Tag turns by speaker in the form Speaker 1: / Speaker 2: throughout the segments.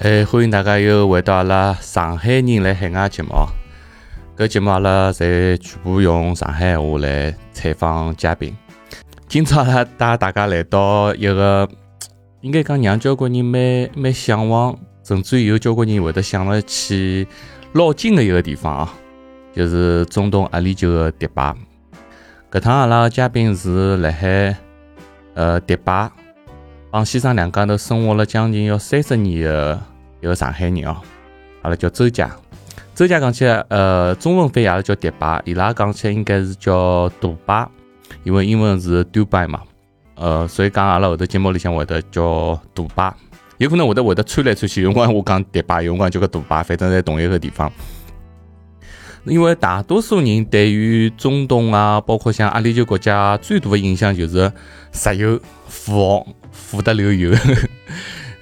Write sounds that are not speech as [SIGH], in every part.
Speaker 1: 哎，欢迎大家又回到阿拉上海人来海外节目哦。搿节目阿拉侪全部用上海话来采访嘉宾。今朝阿拉带大家来到一个，应该讲让交关人蛮蛮向往，甚至于有交关人会得想了去绕境的一个地方啊，就是中东阿联酋的迪拜。搿趟阿拉个嘉宾是辣海呃迪拜帮先生两家头生活了将近要三十年的一个上海人哦，阿拉叫周家。周家讲起来，呃，中文翻译阿拉叫迪拜，伊拉讲起来应该是叫杜拜，因为英文是 Dubai 嘛。呃，所以讲阿拉后头节目里向会得叫杜拜，有可能会得会得穿来穿去，有辰光我讲迪拜，有辰光就个杜拜，反正在同一个地方。因为大多数人对于中东啊，包括像阿联酋国家，最大的印象就是石油富豪富得流油。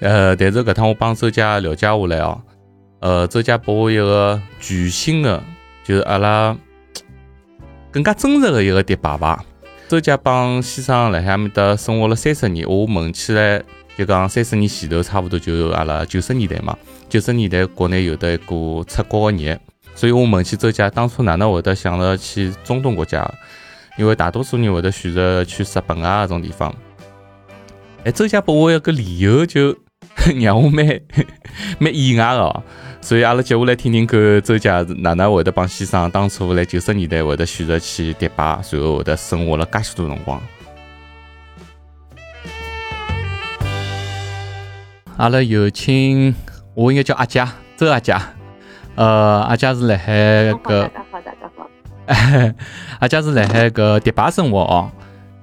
Speaker 1: 呃，但是搿趟我帮周家了解下来哦，呃，周家拨我一个全新的，就是阿拉更加真实的一个迪拜吧。周家帮先生辣海埃面搭生活了三十年，我问起来就讲三十年前头差不多就阿拉九十年代嘛，九十年代国内有得一股出国的热。所以我问起周家当初哪能会得想着去中东国家，因为大多数人会得选择去日本啊搿种地方。哎，周家拨我一个理由就 [LAUGHS] 让我蛮 [LAUGHS] 蛮意外的哦，所以阿拉接下来听听看周家是哪能会得帮先生当初辣九十年代会得选择去迪拜，随后会得生活了介许多辰光。阿拉有请，我应该叫阿姐，周阿姐。呃，阿姐是辣海
Speaker 2: 好
Speaker 1: 搿
Speaker 2: 大家好，大家好。
Speaker 1: 阿姐是辣海搿迪拜生活哦，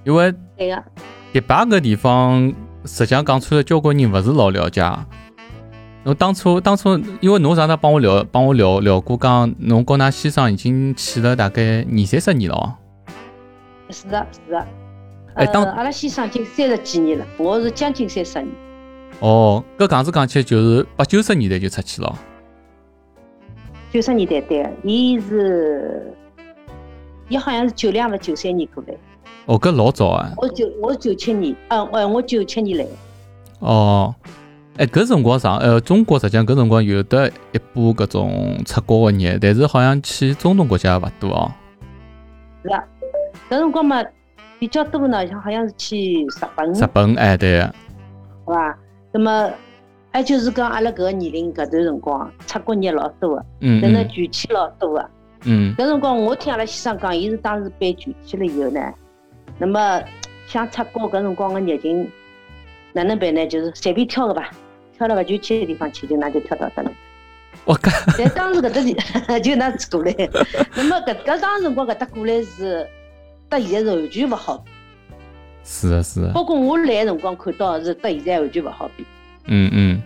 Speaker 1: 因为
Speaker 2: 对个，
Speaker 1: 迪拜搿地方，实际上讲出来，交关人勿是老了解。侬当初当初，因为侬上趟帮我聊帮我聊聊过，讲侬跟㑚先生已经去了大概二三十年了哦。
Speaker 2: 是的，是的。
Speaker 1: 哎当
Speaker 2: 呃，阿拉先生已经三十几年了，我是将近三十年。
Speaker 1: 哦，搿讲子讲起来就是八九十年代就出去了。
Speaker 2: 九十年代对个，伊是，伊好像是九两勿九三年过来，
Speaker 1: 哦，搿老早啊。
Speaker 2: 我九我九七年，呃，呃，我九七年来的。
Speaker 1: 哦，哎，搿辰光上，呃，中国实际上搿辰光有得一波搿种出国个热，但是好像去中东国家勿多哦。
Speaker 2: 是的，搿辰光嘛，比较多呢，像好像是去日本，
Speaker 1: 日
Speaker 2: 是
Speaker 1: 本，哎，对个，
Speaker 2: 伐？那么，还就是讲阿拉搿个年龄搿段辰光，出国热老多个，
Speaker 1: 嗯
Speaker 2: 人呢
Speaker 1: 嗯
Speaker 2: 聚气老多个。
Speaker 1: 嗯，
Speaker 2: 搿辰光我听阿拉先生讲，伊是当时被拒去了以后呢，那么想出国搿辰光个热情，哪能办呢？就是随便挑个吧，挑了勿就去个地方去，就那就挑到得了。
Speaker 1: 我搿
Speaker 2: 但当时搿搭地 [LAUGHS] 就那子过来，那么搿搿当时辰光搿搭过来是，到现在是完全勿好比，
Speaker 1: 是的是的。啊
Speaker 2: 包括我来个辰光看到是到现在完全勿好比。
Speaker 1: 嗯嗯，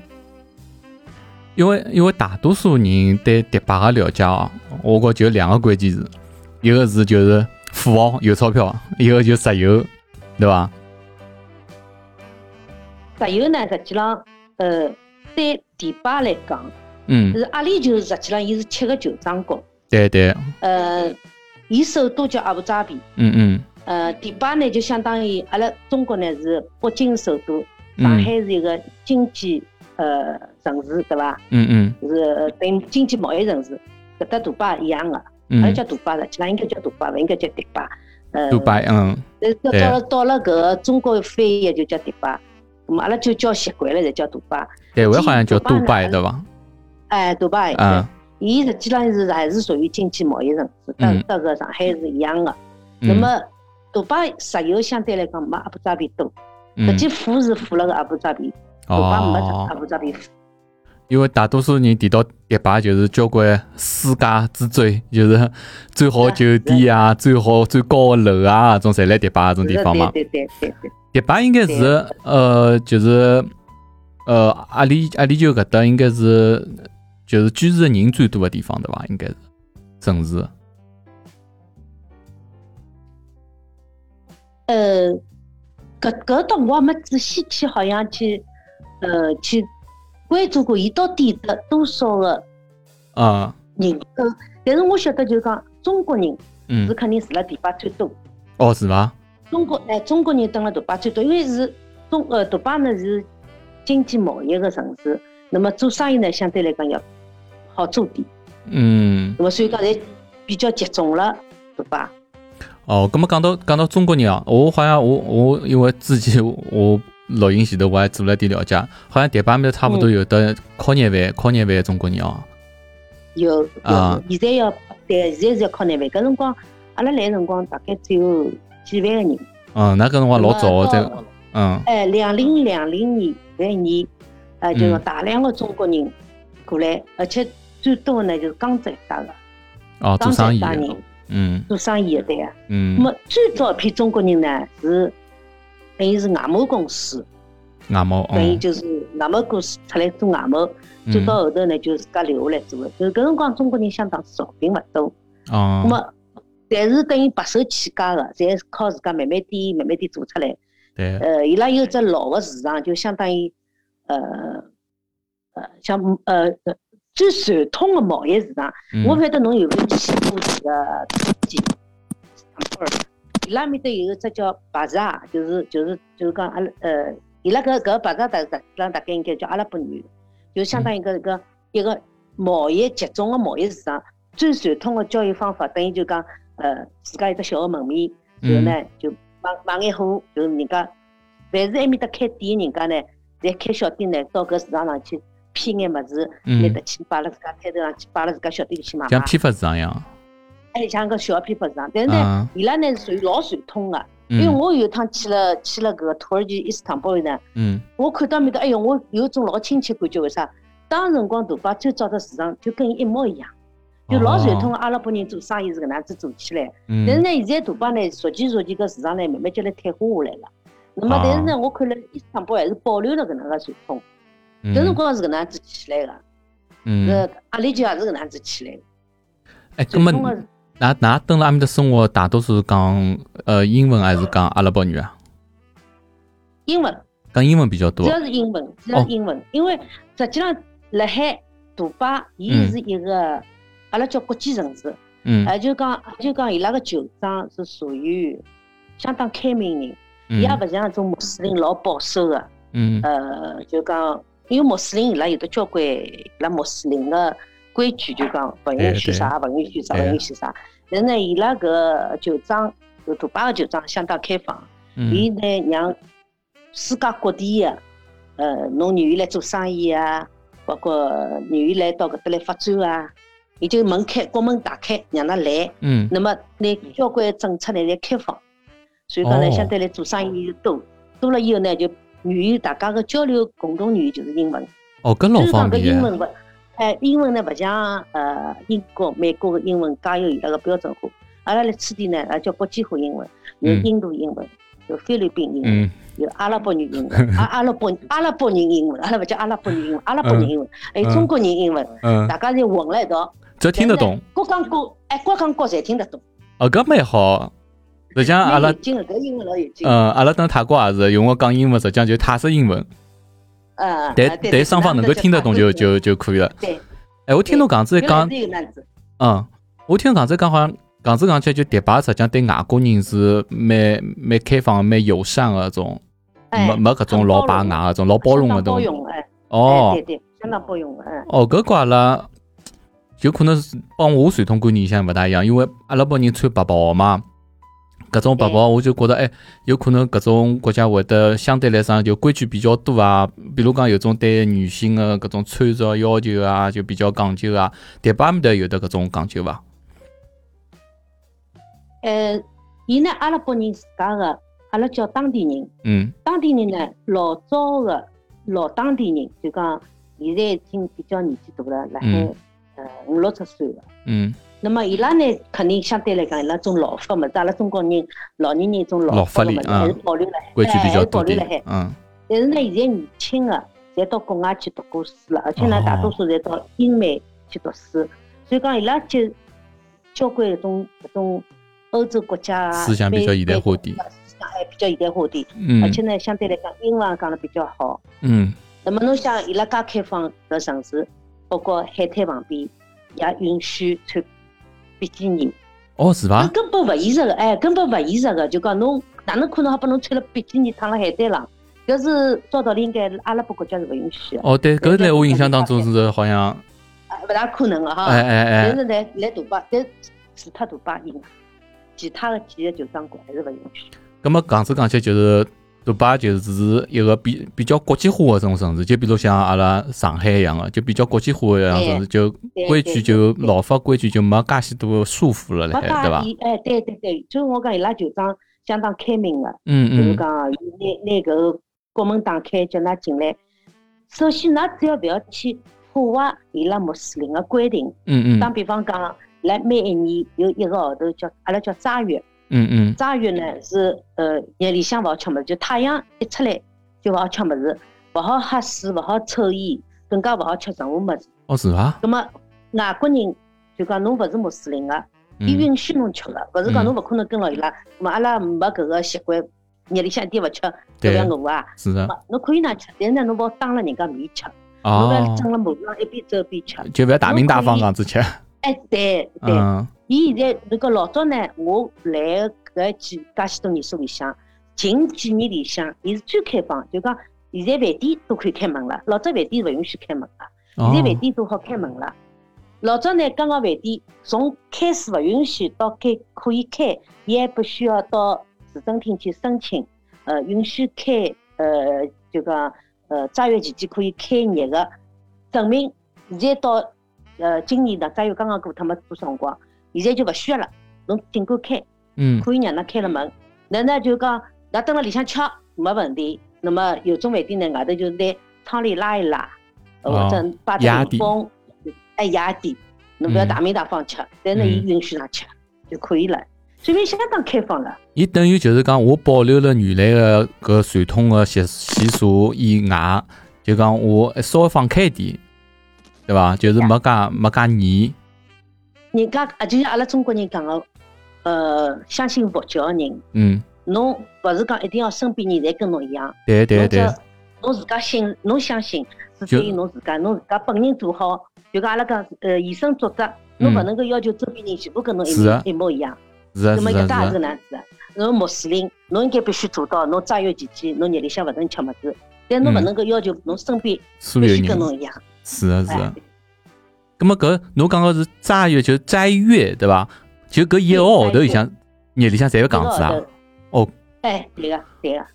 Speaker 1: 因为因为大多数人对迪拜的了解哦，我觉就两个关键词，一个是就是富豪有钞票，一个就石油，对吧？
Speaker 2: 石油呢，实际浪呃，对迪拜来讲，
Speaker 1: 嗯
Speaker 2: 就，是阿联酋实际浪伊是七个酋长国。
Speaker 1: 对对，
Speaker 2: 呃，伊首都叫阿布扎比，
Speaker 1: 嗯嗯
Speaker 2: 呃，迪拜呢就相当于阿拉中国呢是北京首都，上
Speaker 1: 嗯
Speaker 2: 海是一个经济呃城市，对伐？
Speaker 1: 嗯嗯
Speaker 2: 是呃等经济贸易城市，搿搭杜拜一样个，阿拉
Speaker 1: 嗯，
Speaker 2: 叫杜拜了，其实应该叫杜拜，勿应该叫迪拜。呃，
Speaker 1: 杜拜，嗯
Speaker 2: 但是到
Speaker 1: 对
Speaker 2: 了到了搿个中国翻译就叫迪拜，咾么阿拉就叫习惯了，侪叫杜拜。
Speaker 1: 对，我好像叫
Speaker 2: 杜拜
Speaker 1: 杜拜，
Speaker 2: 呢
Speaker 1: 对吧？
Speaker 2: 哎，杜拜，
Speaker 1: 啊，
Speaker 2: 伊实际上是还是属于经济贸易城市，跟
Speaker 1: 嗯
Speaker 2: 到搿上海是一样个。那
Speaker 1: 嗯
Speaker 2: 么杜拜石油相对来讲没阿布扎比多，实
Speaker 1: 嗯，
Speaker 2: 际富是富了个阿布扎比，杜拜没
Speaker 1: 哦
Speaker 2: 阿，布扎比富。
Speaker 1: 因为大多数人提到迪拜就是交关世界之最，就是最好的酒店啊，最好最高的楼啊，这种侪来迪拜这种地方嘛。
Speaker 2: 对对对对
Speaker 1: 迪拜应该是呃，就是呃，阿里阿里就搿搭应该是就是居住的人最多的地方对伐？应该是城市。
Speaker 2: 对，呃，搿搿倒我还没仔细去好像去呃去关注过伊到底得多少个
Speaker 1: 啊，
Speaker 2: 人口，但是我晓得就是讲中国人是
Speaker 1: 嗯，
Speaker 2: 肯定住辣迪拜最多。
Speaker 1: 哦是伐？
Speaker 2: 中国哎，中国人蹲了杜拜最多，因为是中呃，杜拜呢是经济贸易个城市，那么做生意呢，相对来讲要好做点。
Speaker 1: 嗯，
Speaker 2: 那么所以讲，侪比较集中了，对伐？
Speaker 1: 哦，咁么讲到讲到中国人啊，我好像我我因为之前我我录音前头我还做了点了解，好像台北面差不多有得靠廿
Speaker 2: 嗯
Speaker 1: 万靠廿万的中国人哦。
Speaker 2: 有有
Speaker 1: 啊，
Speaker 2: 现在要对，现在是要靠廿万。搿辰光，阿拉来的辰光大概只有几万个人。
Speaker 1: 嗯，那搿辰光老早
Speaker 2: 那么
Speaker 1: 在
Speaker 2: 到
Speaker 1: 嗯
Speaker 2: 哎，两零两零年搿一年，呃，就是
Speaker 1: 嗯
Speaker 2: 大量的中国人过来，而且最多的呢就是江浙一带的，
Speaker 1: 哦做
Speaker 2: 江浙
Speaker 1: 生
Speaker 2: 一
Speaker 1: 意
Speaker 2: 带
Speaker 1: 的
Speaker 2: 人，
Speaker 1: 嗯
Speaker 2: 做生意的对啊。那
Speaker 1: 嗯，
Speaker 2: 么最早一批中国人呢是等于是外贸公司，
Speaker 1: 外贸
Speaker 2: 等于
Speaker 1: 嗯
Speaker 2: 就是外贸公司出来做外贸，做到
Speaker 1: 嗯
Speaker 2: 后头呢就自家留下来做的。就是搿辰光中国人相当少，并勿多。那
Speaker 1: 哦，
Speaker 2: 么但是等于白手起家的，侪是靠自家慢慢点慢慢点做出来。
Speaker 1: 对，
Speaker 2: 呃，伊拉有只老个市场，就相当于呃呃，像呃呃最传统的贸易市场。
Speaker 1: 嗯
Speaker 2: 我勿晓得侬有没有去过这个春季长坡儿，伊拉面搭有一只叫白茶，就是就是就是讲阿拉呃，伊拉搿搿白茶大大大大概应该叫阿拉伯语，就相当于一
Speaker 1: 嗯
Speaker 2: 个一个一个贸易集中的贸易市场。最传统的交易方法，等于就讲呃，自家有只小个门面。然后
Speaker 1: 嗯
Speaker 2: 呢，就买买眼货，就是人家，凡是埃面搭开店的人家呢，侪开小店呢，到搿市场上去批眼物事，拿
Speaker 1: 嗯
Speaker 2: 得，去摆辣自家摊头上去，摆辣自家小店里去买
Speaker 1: 像
Speaker 2: 卖。
Speaker 1: 批发市场一样，
Speaker 2: 哎，像个小批发市场，但是呢，
Speaker 1: 嗯
Speaker 2: 伊拉呢是属于老传统的。因为
Speaker 1: 嗯
Speaker 2: 我有一趟去了去了搿个土耳其伊斯坦布尔呢，
Speaker 1: 嗯
Speaker 2: 我看到面搭，哎哟，我有一种老亲切感觉，为啥？当辰光杜巴最早的市场就跟伊一模一样，就老传统的阿拉伯人做生意是搿能样子做起来。
Speaker 1: 哦嗯
Speaker 2: 但是呢，现在大巴呢，逐渐逐渐搿市场呢，慢慢叫来退化下来了。那
Speaker 1: 哦
Speaker 2: 么，但是呢，我看了伊斯坦布尔还是保留了搿能介传统，
Speaker 1: 嗯
Speaker 2: 搿辰光是搿能样子起来的，
Speaker 1: 嗯，
Speaker 2: 搿阿里就也是搿能样子起来的。
Speaker 1: 哎，搿
Speaker 2: 传
Speaker 1: 么
Speaker 2: 统的
Speaker 1: 㑚㑚蹲辣埃面搭生活，大多数讲呃英文还是讲阿拉伯语啊？
Speaker 2: 英文，
Speaker 1: 讲英文比较
Speaker 2: 主
Speaker 1: 多。
Speaker 2: 要是英
Speaker 1: 哦
Speaker 2: 文，主要是英文，因为实际上辣海大巴，伊
Speaker 1: 嗯
Speaker 2: 是一个阿拉叫国际城市，
Speaker 1: 嗯
Speaker 2: 也就讲也就讲伊拉个酋长是属于相当开明人，伊
Speaker 1: 嗯
Speaker 2: 也勿像那种穆斯林老保守个。
Speaker 1: 嗯
Speaker 2: 呃，就讲，因为穆斯林伊拉有的交关，伊拉穆斯林个规矩就讲勿允许
Speaker 1: 对
Speaker 2: 啥，勿允许啥，勿
Speaker 1: 对
Speaker 2: 允许啥。但是呢，伊拉搿酋长，就杜巴个酋长相当开放，伊
Speaker 1: 嗯
Speaker 2: 呢让世界各地个，呃，侬愿意来做生意啊，包括愿意来到搿搭来发展啊，伊就门开，国门大开，让㑚来。
Speaker 1: 嗯
Speaker 2: 那么拿交关政策呢侪开放，所以讲
Speaker 1: 哦
Speaker 2: 呢，相对来做生意就多，多了以后呢，就语言大家个交流共同语言就是英文，
Speaker 1: 哦，搿
Speaker 2: 就
Speaker 1: 老
Speaker 2: 是
Speaker 1: 方
Speaker 2: 讲搿
Speaker 1: 便
Speaker 2: 英。文勿，哎，英文呢勿像呃英国、美国个英文加有伊拉个标准化，阿拉辣此地呢也呃叫国际化英文，有
Speaker 1: 嗯
Speaker 2: 印度英文，有菲律宾英文，
Speaker 1: 嗯
Speaker 2: 有阿拉伯语英文，阿阿拉伯阿拉伯人英文，阿拉勿叫阿拉伯人英文，阿拉伯人英文，还有中国人英文，
Speaker 1: 嗯，
Speaker 2: 大家侪混辣一道，
Speaker 1: 只要听得懂，
Speaker 2: 各讲各，哎，各讲各侪听得懂。
Speaker 1: 哦，搿蛮好。实际上阿
Speaker 2: 老
Speaker 1: 拉
Speaker 2: 有劲的，搿英文老有劲。
Speaker 1: 呃阿拉蹲泰国也是，用我讲英文，实际上就是泰式英文，
Speaker 2: 啊，
Speaker 1: 但
Speaker 2: 啊对
Speaker 1: 但双方能够听得懂就就就可以了。
Speaker 2: 对，
Speaker 1: 哎，我听侬讲子
Speaker 2: 对
Speaker 1: 讲
Speaker 2: 原来，是有那样子，
Speaker 1: 嗯，我听侬讲子讲好像。讲子讲起来，就迪拜实际上对外国人是蛮蛮开放、蛮友善的，种
Speaker 2: 哎
Speaker 1: 没没搿种
Speaker 2: 很
Speaker 1: 老
Speaker 2: 包
Speaker 1: 排
Speaker 2: 容
Speaker 1: 外的，种老包容的
Speaker 2: 相当
Speaker 1: 东
Speaker 2: 包
Speaker 1: 西。
Speaker 2: 容哎，
Speaker 1: 哦
Speaker 2: 哎，对对，相当包容哎，
Speaker 1: 哦，搿个阿拉有可能是帮我传统观念向勿大一样，因为阿拉伯人穿白袍嘛，搿种白袍我就觉得，哎，有可能搿种国家会得相对来讲就规矩比较多啊，比如讲有种对女性的搿种穿着要求啊，就比较讲究啊，迪拜面搭有得搿种讲究啊伐？
Speaker 2: 呃，伊呢阿拉伯人自家个，阿拉叫当地人，
Speaker 1: 嗯
Speaker 2: 当地人呢老早个老当地人，就讲现在已经比较年纪大了，辣海
Speaker 1: 嗯
Speaker 2: 呃五六十岁了。
Speaker 1: 嗯，
Speaker 2: 那么伊拉呢，肯定相对来讲，伊拉种老法么子，阿拉中国人老年人种老法
Speaker 1: 老法
Speaker 2: 么
Speaker 1: 律
Speaker 2: 子
Speaker 1: 嗯
Speaker 2: 还是保留了。
Speaker 1: 规矩比较
Speaker 2: 哎
Speaker 1: 多
Speaker 2: 保留
Speaker 1: 点
Speaker 2: 了海，
Speaker 1: 嗯
Speaker 2: 但是呢，现在年轻的侪到国外去读过书了，而且呢
Speaker 1: 哦，
Speaker 2: 大多数侪到英美去读书，所以讲伊拉接交关搿种搿种欧洲国家啊
Speaker 1: 思想比较现代化点，
Speaker 2: 美美国啊思想还比较现代化点，而
Speaker 1: 嗯
Speaker 2: 且呢，相对来讲英文也讲得比较好。
Speaker 1: 嗯
Speaker 2: 那么侬想，伊拉介开放搿城市，包括海滩旁边也允许穿比基尼，
Speaker 1: 哦是
Speaker 2: 搿
Speaker 1: 伐？
Speaker 2: 根本勿现实个，哎，根本勿现实个，就讲侬哪能可能好拨侬穿了比基尼躺辣海滩浪？搿是照道理应该阿拉伯国家是勿允许的，
Speaker 1: 哦，对，搿在我印象当中是好像，
Speaker 2: 啊勿大可能的哈。
Speaker 1: 哎哎哎，
Speaker 2: 但是来来杜拜，但除脱杜拜以外，其他的几个酋长国还是勿允许。
Speaker 1: 葛么讲起讲起就是。杜拜就是一个比比较国际化的这种城市，就比如像阿拉上海一样的，就比较国际化的一样的城市，就
Speaker 2: 对
Speaker 1: 规
Speaker 2: 对
Speaker 1: 矩就
Speaker 2: 对对
Speaker 1: 老法规矩就没介许多的束缚了嘞，
Speaker 2: 没
Speaker 1: 对伐
Speaker 2: 大？意，哎，对对对，就是我讲伊拉酋长相当开明的，
Speaker 1: 嗯
Speaker 2: 就是
Speaker 1: 嗯，
Speaker 2: 讲伊拿拿搿个国门打开，叫㑚进来。首先，㑚只要勿要去破坏伊拉穆斯林的规定，
Speaker 1: 嗯
Speaker 2: 打
Speaker 1: 嗯
Speaker 2: 比方讲，来每一年有一个号头叫阿拉叫斋月，
Speaker 1: 嗯嗯，
Speaker 2: 斋月呢是呃夜里向勿好吃物事，就太阳一出来就勿好吃物事，勿好喝水，勿好抽烟，更加勿好吃任何物事。
Speaker 1: 哦是伐？
Speaker 2: 葛么外国人就讲侬勿是穆斯林个、伊
Speaker 1: 嗯
Speaker 2: 允许侬吃个，勿是讲侬勿可能跟牢伊拉。咾么阿拉没搿个习惯，夜里向一点勿吃，搿
Speaker 1: 对嗯
Speaker 2: 勿要饿啊。
Speaker 1: 是的
Speaker 2: 咾，么侬可以哪吃，但是呢侬勿好当了人家面吃，侬勿
Speaker 1: 哦嗯
Speaker 2: 要，正了马路上一边走一边吃。
Speaker 1: 就勿要大名大放讲子吃，
Speaker 2: 哎，对对。
Speaker 1: 嗯
Speaker 2: 伊现在那个老早呢，我来搿几介许多年数里向，近几年里向，伊是最开放，就讲现在饭店都可以开门了，老早饭店勿允许开门了，
Speaker 1: 哦
Speaker 2: 现在饭店都好开门了。老早呢，刚刚饭店从开始勿允许到开可以开，伊还必须要到市政厅去申请，呃，允许开，呃，就讲呃斋月期间可以开业个，证明现在到呃今年呢斋月刚刚过脱没多少辰光。现在就勿需要了，侬尽管开，
Speaker 1: 嗯
Speaker 2: 可以让㑚开了门。那呢就讲，㑚蹲辣里向吃没问题。那么有种饭店呢，外头就拿窗帘拉一拉，呃
Speaker 1: 哦
Speaker 2: 或者把
Speaker 1: 压
Speaker 2: 着
Speaker 1: 低
Speaker 2: 顶风，哎压低，侬勿要
Speaker 1: 嗯
Speaker 2: 大名大放吃，但是呢，伊
Speaker 1: 嗯
Speaker 2: 允许㑚吃就可以了，说明相当开放了。
Speaker 1: 伊等于就是讲，我保留了原来的搿传统的习习俗以外，就讲我稍微放开一点，对伐？就是没介没介严，
Speaker 2: 人家啊，就像阿拉中国人讲个，呃，相信佛教个人，
Speaker 1: 嗯，
Speaker 2: 侬勿是讲一定要身边人侪跟侬一样。
Speaker 1: 对对对，
Speaker 2: 侬只侬自家信，侬相信是
Speaker 1: 就
Speaker 2: 对于侬自家，侬自家本人做好，就讲阿拉讲，呃，以身作则，侬勿
Speaker 1: 嗯
Speaker 2: 能够要求周边人全部跟侬一
Speaker 1: 是的
Speaker 2: 模一模一样。
Speaker 1: 是的
Speaker 2: 那么
Speaker 1: 是啊的是
Speaker 2: 一家也是
Speaker 1: 的，
Speaker 2: 搿能子的，侬穆斯林，侬应该必须做到，侬斋月期间，侬夜里向勿能吃物事，但侬勿
Speaker 1: 嗯
Speaker 2: 能够要求侬身边
Speaker 1: 所有
Speaker 2: 必须跟
Speaker 1: 人
Speaker 2: 侬一样。
Speaker 1: 是啊的是
Speaker 2: 哎
Speaker 1: 的。，葛么搿侬讲个是斋月，就是斋月对伐？就搿一个号头里向，夜里向侪有讲子啊
Speaker 2: 一个号头？
Speaker 1: 哦
Speaker 2: 哎，对个，对个，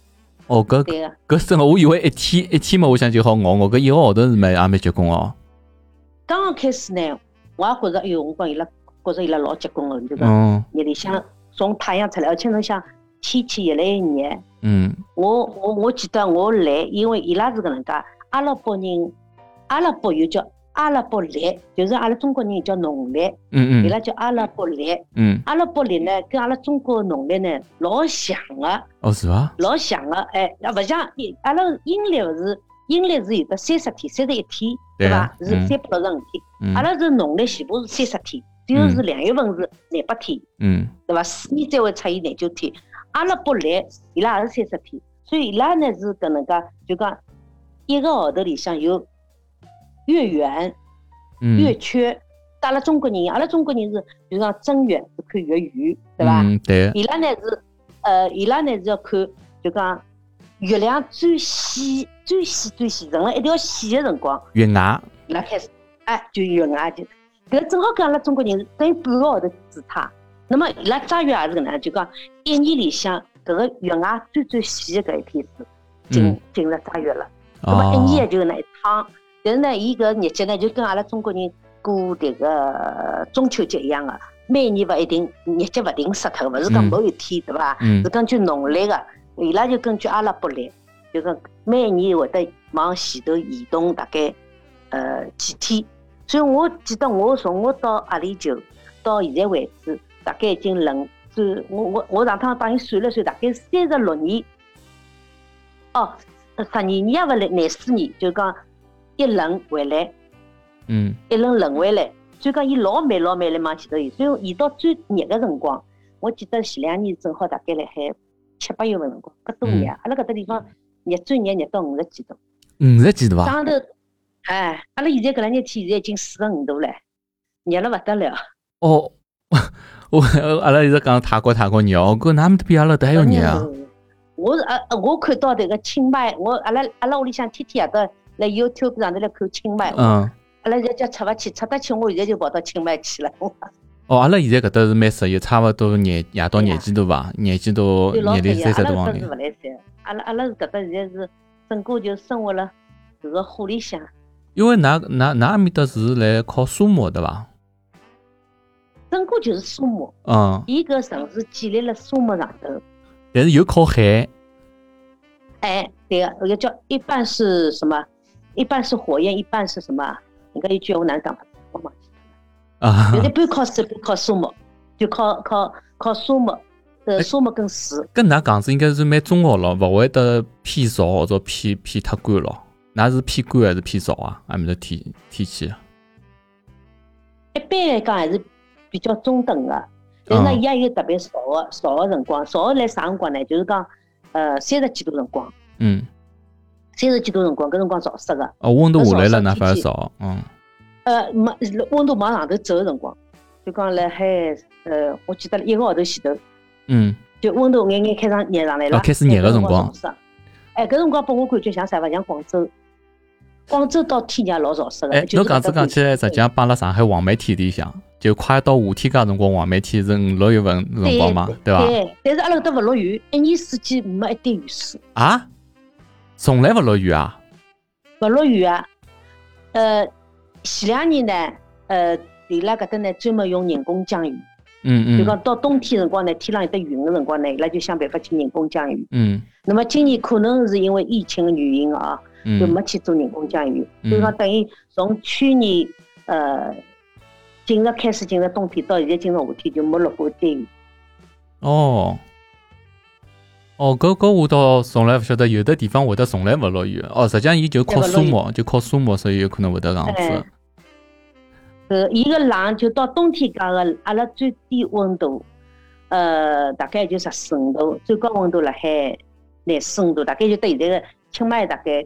Speaker 1: 哦，搿
Speaker 2: 对个。
Speaker 1: 搿真个，我以为一天一天嘛，我想就好熬熬，搿一个号头是蛮也蛮结棍哦。
Speaker 2: 刚刚开始呢，我也觉着，哎哟，我讲伊拉觉着伊拉老结棍个，就讲
Speaker 1: 嗯
Speaker 2: 夜里向从太阳出来，而且侬想天气越来越热。
Speaker 1: 嗯
Speaker 2: 我我我记得我来，因为伊拉是搿能介，阿拉伯人，阿拉伯有叫阿拉伯历，就是阿拉中国人叫农历，伊
Speaker 1: 嗯嗯
Speaker 2: 拉叫阿拉伯历。
Speaker 1: 嗯，
Speaker 2: 阿拉伯历呢，跟阿拉中国的农历呢老像个，
Speaker 1: 哦是伐？
Speaker 2: 老像个，哎，那勿像阿拉阴历勿是，阴历是有得三十天、三十一天，
Speaker 1: 对
Speaker 2: 对
Speaker 1: 啊
Speaker 2: 伐？是
Speaker 1: 嗯
Speaker 2: 三百六十五天，
Speaker 1: 嗯
Speaker 2: 阿拉是农历全部是三十天，只有是两月份是廿八天。
Speaker 1: 嗯。
Speaker 2: 对伐？四年才会出现廿九天，阿拉伯历伊拉也是三十天，所以伊拉呢是搿能介，就讲一个号头里向有月圆、
Speaker 1: 嗯
Speaker 2: 月缺。阿拉中国人，阿拉中国人是就讲正月是看月圆，对伐？
Speaker 1: 嗯，对，
Speaker 2: 伊拉呢是呃，伊拉呢是要看就讲月亮最细、最细、最细，成了一条线的辰光，
Speaker 1: 月牙，
Speaker 2: 伊拉开始哎就有外就，搿正好跟阿拉中国人等于半个号头之差。那么伊拉斋月也是搿能，就讲一年里向搿个月外最最细的搿一天是
Speaker 1: 嗯
Speaker 2: 进进入斋月了。那么一
Speaker 1: 哦
Speaker 2: 年，就搿能一趟，但是呢，伊搿日节呢就跟阿拉中国人过迭个中秋节一样个，每年勿一定日节勿定死脱，勿是讲
Speaker 1: 嗯
Speaker 2: 某一天对伐？
Speaker 1: 嗯
Speaker 2: 是，根据农历个，伊拉就根据阿拉伯历，就讲每年会得往前头移动大概呃几天。所以我记得我从我到阿里球到现在为止，大概已经轮转，我我我上趟帮伊算了算，大概三十六年，哦，十二年也勿来，廿四年，就讲一轮回来，
Speaker 1: 嗯
Speaker 2: 一轮轮回来，所以讲伊老慢老慢来往前头移，所以移到最热个辰光，我记得前两年正好大概辣海七八月份辰光，搿多
Speaker 1: 嗯
Speaker 2: 热，阿拉搿搭地方热最热热到五十几度，
Speaker 1: 五十几度伐？
Speaker 2: 上头，哎，阿拉现在搿两日天现在已经四十五度了，热了勿得了，
Speaker 1: 哦， [LAUGHS] 我阿拉一直讲泰国泰国热，哦，搿哪能比阿拉得还要热啊？
Speaker 2: 嗯我是呃我看到迭个清迈，我阿拉阿拉屋里向天天夜到辣 YouTube 上头来看清迈，阿
Speaker 1: 嗯，
Speaker 2: 拉人家出勿去，出得去我现在就跑到清迈去了。
Speaker 1: 哦，阿拉现在搿搭是蛮适宜，差勿多廿夜到廿几度伐，廿几度
Speaker 2: 对，老
Speaker 1: 廿
Speaker 2: 便
Speaker 1: 里
Speaker 2: 宜，
Speaker 1: 三
Speaker 2: 阿
Speaker 1: 十
Speaker 2: 拉
Speaker 1: 度往
Speaker 2: 搿
Speaker 1: 里
Speaker 2: 是。勿来三，阿拉阿拉是搿搭现在是整个就生活辣自个火里向，
Speaker 1: 因为㑚㑚㑚埃面搭是来靠沙漠对伐？
Speaker 2: 整个就是沙漠。
Speaker 1: 嗯，
Speaker 2: 伊搿城市建立辣沙漠上头，
Speaker 1: 但是有靠海。
Speaker 2: 哎，对个，有个叫一半是什么？一半是火焰，一半是什么啊？人家有句闲话哪能讲法子？我忘记了。
Speaker 1: 啊
Speaker 2: 有，的半靠水，半靠沙漠，就靠靠靠沙漠，呃，沙漠跟水。
Speaker 1: 跟㑚讲子应该是蛮中和咯，勿会得偏潮或者偏偏太干咯。㑚是偏干还是偏潮啊？埃面搭天天气。
Speaker 2: 一般来讲还是比较中等的，但是呢，
Speaker 1: 嗯
Speaker 2: 伊也有特别少的少的辰光，少的来啥辰光呢？就是讲，呃，三十几度辰光，
Speaker 1: 嗯，
Speaker 2: 三十几度辰光，搿辰光潮湿个，
Speaker 1: 哦，温度下来了，
Speaker 2: 那
Speaker 1: 㑚反而
Speaker 2: 潮天气
Speaker 1: 潮。嗯，
Speaker 2: 呃，没温度往上头走的辰光，就讲辣海，呃，我记得一个号头前头，
Speaker 1: 嗯，
Speaker 2: 就温度眼眼开始热上来了，
Speaker 1: 哦开始热的辰光
Speaker 2: 哎。搿潮湿哎，搿辰光拨我感觉像啥伐？像广州，广州到天热老潮湿
Speaker 1: 哎
Speaker 2: 个，，呃就
Speaker 1: 侬
Speaker 2: 是
Speaker 1: 讲子
Speaker 2: 搿搭
Speaker 1: 讲起来，实际上帮阿拉上海黄梅天里向，就快到夏天介辰光，黄梅天是五六月份辰光嘛，对伐？
Speaker 2: 对，哎但是阿拉搿搭勿落雨，一年四季没一点雨水。
Speaker 1: 啊，从来勿落雨啊？
Speaker 2: 勿落雨啊。呃，前两年呢，呃，伊拉搿搭呢专门用人工降雨，
Speaker 1: 嗯
Speaker 2: 就
Speaker 1: 嗯
Speaker 2: 讲到冬天辰光呢，天朗有得云个辰光呢，伊拉就想办法去人工降雨。
Speaker 1: 嗯
Speaker 2: 那么今年可能是因为疫情的原因啊，就
Speaker 1: 嗯
Speaker 2: 没去做人工降雨，
Speaker 1: 嗯
Speaker 2: 所以讲等于从去年呃进入开始进入冬天到现在进入夏天就没落过一滴雨。
Speaker 1: 哦哦，搿搿我倒从来勿晓得，有的地方会得从来勿落雨。哦，实际上伊就靠
Speaker 2: 对勿
Speaker 1: 沙
Speaker 2: 落雨
Speaker 1: 漠，就靠沙漠，所以有可能会得搿样
Speaker 2: 哎
Speaker 1: 子。
Speaker 2: 呃，伊个冷就到冬天介个，阿拉最低温度，呃，大概就十四五度，最高温度辣海廿四五度，大概就跟现在个清迈大概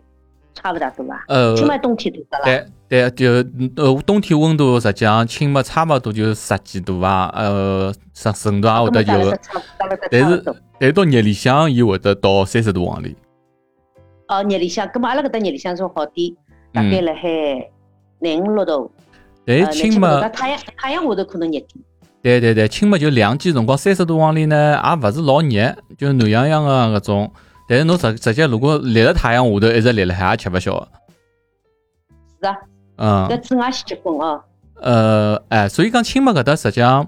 Speaker 2: 差勿大多吧。
Speaker 1: 呃，
Speaker 2: 清迈冬天多少啦？
Speaker 1: 对对，就呃冬天温度实际上轻嘛，差勿多就十几度伐，呃十哦十五度也会得
Speaker 2: 根本
Speaker 1: 有
Speaker 2: 大概。差不大概差
Speaker 1: 但
Speaker 2: 不
Speaker 1: 是
Speaker 2: 多。
Speaker 1: 但到夜里向，伊会得到三十度往里。
Speaker 2: 哦，热里向，葛末阿拉搿搭热里向算好点，
Speaker 1: 嗯
Speaker 2: 大概辣海廿五六度。呃
Speaker 1: 但
Speaker 2: 廿七
Speaker 1: 青
Speaker 2: 度
Speaker 1: 末
Speaker 2: 那，太阳太阳下头可能热点。
Speaker 1: 对对对，青末就两季辰光三十度往里呢，也勿是老热，就是暖洋洋个搿种。但是侬直直接如果立辣太阳下头一直立辣海，也吃勿消。
Speaker 2: 是啊，搿
Speaker 1: 嗯，
Speaker 2: 紫外线结棍哦。
Speaker 1: 呃，哎，所以讲青末搿搭实际上，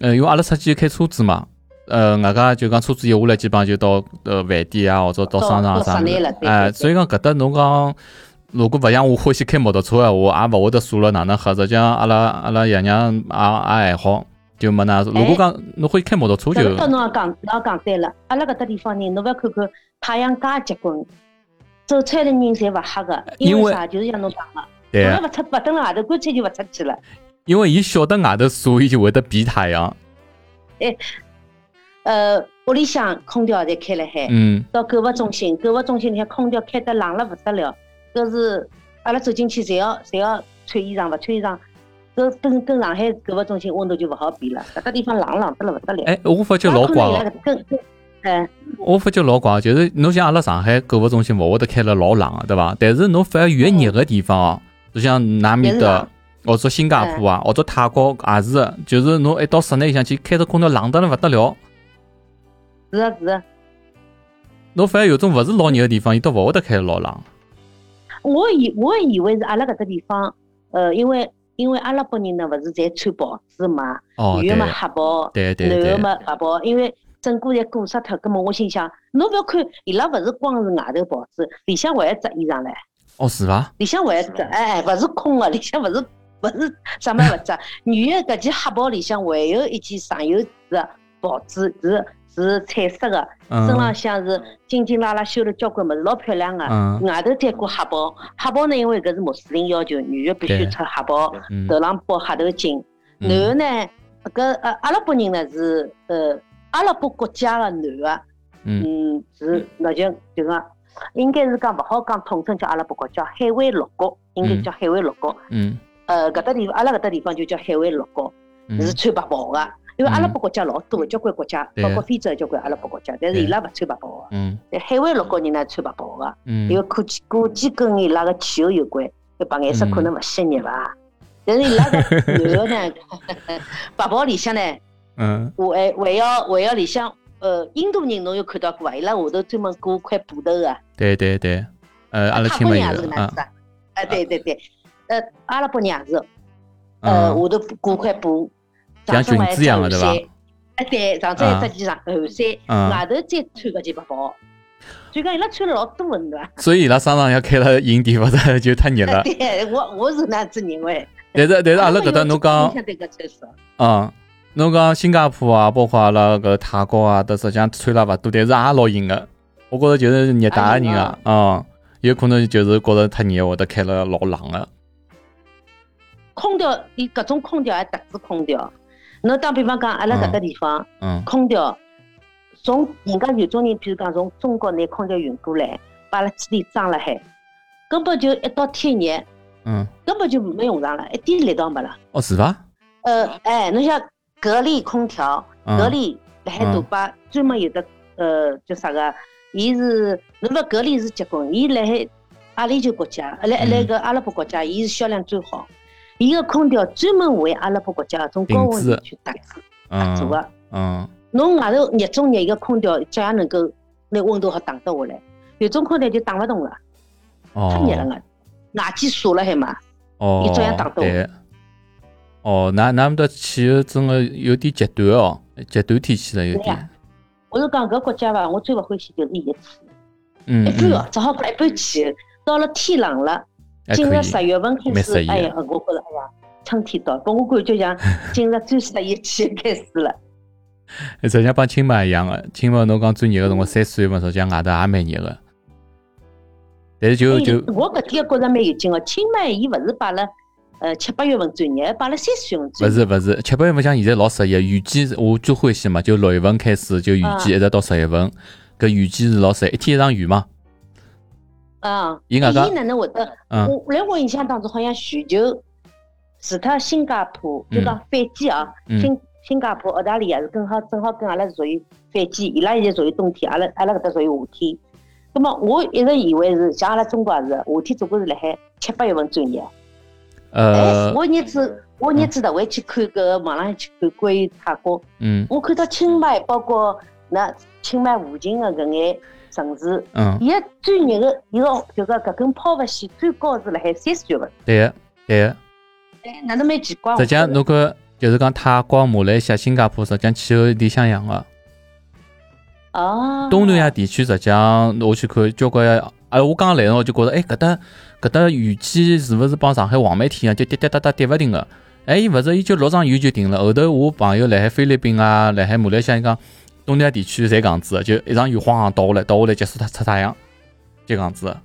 Speaker 1: 呃，因为阿拉出去开车子嘛，呃，外加就讲车子一下来，基本上就到呃饭店啊，或者到
Speaker 2: 到
Speaker 1: 商场啊
Speaker 2: 到
Speaker 1: 啥
Speaker 2: 室内
Speaker 1: 的
Speaker 2: 了对。对
Speaker 1: 哎，
Speaker 2: 对
Speaker 1: 所以讲搿搭侬讲，如果勿像我欢喜开摩托车闲话，也勿会得数了哪能黑。实际上阿拉阿拉爷娘也也还好，就没哪。如果讲侬欢喜开摩托车
Speaker 2: 哎搿
Speaker 1: 就
Speaker 2: 个，到侬也讲，侬也讲对了。阿拉搿搭地方人，侬勿要看看太阳介结棍，走出来的人侪勿黑个，因
Speaker 1: 因
Speaker 2: 为
Speaker 1: 为
Speaker 2: 啥？就是像侬讲个，
Speaker 1: 对
Speaker 2: 从
Speaker 1: 啊
Speaker 2: 来勿出，勿蹲辣外头，干脆就勿出去了。
Speaker 1: 因为伊晓得外头所以就会得避太阳。
Speaker 2: 呃，屋里向空调侪开辣海，
Speaker 1: 嗯，
Speaker 2: 到购物中心，购物中心里向空调开得冷了勿得了，搿是阿拉走进去侪要侪要穿衣裳，勿穿衣裳。搿跟跟上海购物中心温度就勿好比了，搿搭地方冷冷得了勿得了。
Speaker 1: 哎，我发觉老
Speaker 2: 也可
Speaker 1: 怪
Speaker 2: 能伊拉
Speaker 1: 哦，
Speaker 2: 搿跟跟，哎，
Speaker 1: 我发觉老怪哦，就是侬像阿拉上海购物中心勿会得开了老冷啊个，对伐？但是侬反而越热个地方哦，就像南面
Speaker 2: 越
Speaker 1: 的
Speaker 2: 冷，
Speaker 1: 或者新加坡啊，或者泰国也是的，就是侬一到室内里向去开着空调冷得了勿得了，
Speaker 2: 是啊是啊。
Speaker 1: 侬反而有种勿是老热个地方，伊倒勿会得开得老冷。
Speaker 2: 我以我以为是阿拉搿只地方，呃，因为因为阿拉伯人呢，勿是侪穿袍子嘛，
Speaker 1: 哦，
Speaker 2: 女
Speaker 1: 对
Speaker 2: 个嘛黑袍，
Speaker 1: 对对
Speaker 2: 男
Speaker 1: 对
Speaker 2: 个，嘛白袍，因为整个侪裹杀脱。葛末我心想，侬勿要看伊拉勿是光是外头袍子，里向还有一只衣裳唻，
Speaker 1: 哦是伐？
Speaker 2: 里向还有一只，哎，勿是空个，里向勿是勿是啥物事勿
Speaker 1: [LAUGHS]
Speaker 2: 只，女个搿件黑袍里向还有一件上有个袍子是是彩色个，身
Speaker 1: 嗯
Speaker 2: 浪向是紧紧拉拉绣了交关物事，老漂亮个。
Speaker 1: 嗯
Speaker 2: 外头再裹黑袍，黑袍呢，因为搿是穆斯林要求，女的必须
Speaker 1: 对
Speaker 2: 穿黑袍，
Speaker 1: 嗯
Speaker 2: 头上包黑头巾。
Speaker 1: 嗯
Speaker 2: 男的呢，搿呃阿拉伯人呢是呃阿拉伯国家的男的，
Speaker 1: 嗯
Speaker 2: 嗯是那就就讲，应该是讲勿好讲统称叫阿拉伯国，叫海湾六国，应该
Speaker 1: 嗯
Speaker 2: 叫海湾六国。
Speaker 1: 嗯
Speaker 2: 呃，搿搭地方阿拉搿搭地方就叫海湾六国，
Speaker 1: 嗯
Speaker 2: 是穿白袍的。因为阿拉
Speaker 1: 嗯
Speaker 2: 伯国家老多的，交关国家，
Speaker 1: 对
Speaker 2: 包括非洲的交关阿拉伯国家，但是
Speaker 1: 对
Speaker 2: 伊拉勿穿白袍
Speaker 1: 嗯
Speaker 2: 个，海外老高人呢穿白袍个，
Speaker 1: 嗯
Speaker 2: 因为估计估计跟伊拉个气候有关，搿白颜色可能勿吸引伐。但是伊拉个男个呢， [LAUGHS] 白袍里向呢，
Speaker 1: 嗯
Speaker 2: 围围绕围绕里向，呃，印度人侬有看到过伐？伊拉下头专门裹块布头个。
Speaker 1: 对对对，呃，阿拉
Speaker 2: 泰
Speaker 1: 亲
Speaker 2: 国
Speaker 1: 们
Speaker 2: 人也是
Speaker 1: 有
Speaker 2: 搿
Speaker 1: 的啊
Speaker 2: 能样子，啊，哎，对对对，呃，阿拉伯人也是，呃，
Speaker 1: 嗯
Speaker 2: 下头裹块布，
Speaker 1: 像
Speaker 2: 上身
Speaker 1: 裙子一样的对
Speaker 2: 还有
Speaker 1: 伐
Speaker 2: 衫？哎，对，上身还搭件上汗
Speaker 1: 嗯
Speaker 2: 衫，外头再穿搿件白袍，所以讲伊拉穿了老多的，对伐？。
Speaker 1: 所以伊拉商场要开了营地，否则就太热了
Speaker 2: [LAUGHS] 对，我我是那样子认为。
Speaker 1: 但是但
Speaker 2: 啊
Speaker 1: 是阿拉搿搭侬讲
Speaker 2: 印象对搿穿法
Speaker 1: 啊，侬讲新加坡啊，包括阿拉搿泰国啊，都实际上穿了勿多，但是也老阴个。我觉着就是热带个人
Speaker 2: 哎
Speaker 1: 啊，啊，有可能就是觉着太热，会得开了老冷个。
Speaker 2: 空调，伊搿种空调也特制空调。侬打比方讲，阿拉搿搭
Speaker 1: 嗯
Speaker 2: 地方。
Speaker 1: 嗯
Speaker 2: 空调从人家有种人，譬如讲从中国拿空调运过来，把阿拉基地装了海，根本就一到天热，
Speaker 1: 嗯，
Speaker 2: 根本就没用上了，一点力道没了。
Speaker 1: 哦是啊伐？
Speaker 2: 呃，哎，侬像格力空调，格
Speaker 1: 嗯
Speaker 2: 力辣海杜拜专门有的，呃，叫啥个？伊是侬勿格力是结棍，伊辣海阿联酋国家，呃来
Speaker 1: 嗯
Speaker 2: 来个阿拉伯国家，伊是销量最好。伊个空调专门为阿拉伯国家从高
Speaker 1: 定
Speaker 2: 温
Speaker 1: 制
Speaker 2: 地区特制特做
Speaker 1: 嗯
Speaker 2: 个。
Speaker 1: 嗯
Speaker 2: 侬外头热中热一个空调，照样能够拿温度好打得下来。有种空调就打勿动了，太热了
Speaker 1: 哦
Speaker 2: 外外机锁了还嘛。
Speaker 1: 哦，
Speaker 2: 伊照样打斗
Speaker 1: 对。哦，那那们的气候真个有点极端哦，极端天气了有
Speaker 2: 对
Speaker 1: 点
Speaker 2: 呀。我是讲搿国家伐，我最勿欢喜就是热气，
Speaker 1: 嗯
Speaker 2: 一般
Speaker 1: 嗯
Speaker 2: 哦，只好讲一般去。到了天冷了，
Speaker 1: 还
Speaker 2: 进
Speaker 1: 哎可
Speaker 2: 入
Speaker 1: 以。
Speaker 2: 十月份
Speaker 1: 蛮
Speaker 2: 开始
Speaker 1: 适宜，的
Speaker 2: 哎呀，我觉着哎呀，春天到，拨我感
Speaker 1: [LAUGHS]
Speaker 2: 觉像进入最适宜的气候开始了。
Speaker 1: 实际上帮清迈一样个，清迈侬讲最热个辰光三四月份，实际上外头也蛮热个。但是就
Speaker 2: 哎
Speaker 1: 就
Speaker 2: 我搿点觉着蛮有劲哦。清迈伊勿是摆辣呃七八月份最热，摆辣三四月份最
Speaker 1: 勿
Speaker 2: 热。
Speaker 1: 是勿是，七八月份像现在老适宜个，雨季我最欢喜嘛，就六月份开始就雨季一直到十月份，搿雨季是老适宜，一天一场雨嘛。
Speaker 2: 啊，
Speaker 1: 伊外加
Speaker 2: 伊哪能会得？
Speaker 1: 嗯
Speaker 2: 我来我印象当中，好像全球除脱新加坡，就讲反季啊，
Speaker 1: 嗯
Speaker 2: 新新加坡、澳大利亚是更好，正好跟阿拉是属于反季，伊拉现在属于冬天，阿拉阿拉搿搭属于夏天。那么我一直以为是像阿拉中国也是，夏天总归是辣海七八月份最热。哎，
Speaker 1: 呃
Speaker 2: 我儿子我儿子特会去看搿个网浪向去看关于泰国，
Speaker 1: 嗯
Speaker 2: 我看到清迈，包括那清迈附近的搿眼城市，
Speaker 1: 嗯，
Speaker 2: 伊个最热个伊个就讲搿根抛物线最高是辣海三四月份，
Speaker 1: 对个对个。
Speaker 2: 哎，哪能蛮奇怪？
Speaker 1: 实际上，侬看，就是讲泰国、马来西亚、新加坡，实际上气候有点相像个。
Speaker 2: 哦，
Speaker 1: 东南亚地区，实际上我去看交关，哎，我刚来的辰光就觉着，哎，搿搭搿搭雨季是勿是帮上海黄梅啊天一样，就滴滴答答滴勿停个？哎，伊勿是，伊就落场雨就停了。后头我朋友辣海菲律宾啊，辣海马来西亚，伊讲东南亚地区侪搿样子的，就一场雨晃晃倒下来，倒下来结束它出太阳，就搿样子的。